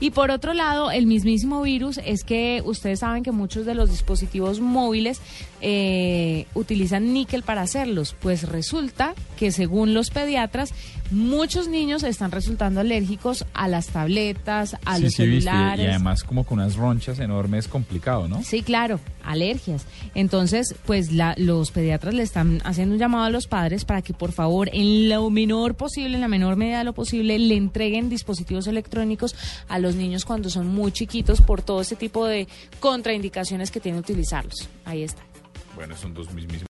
Y por otro lado, el mismísimo virus es que ustedes saben que muchos de los dispositivos móviles eh, utilizan níquel para hacerlos. Pues resulta que según los pediatras, muchos niños están resultando alérgicos a las tabletas, a Sí, los sí, viste. celulares. Y además como con unas ronchas enormes, complicado, ¿no? Sí, claro, alergias. Entonces, pues la- los pediatras le están haciendo un llamado a los padres para que por favor, en lo menor posible, en la menor medida de lo posible, le entreguen dispositivos electrónicos a los niños cuando son muy chiquitos por todo ese tipo de contraindicaciones que tienen utilizarlos. Ahí está. Bueno, son dos mismísimos.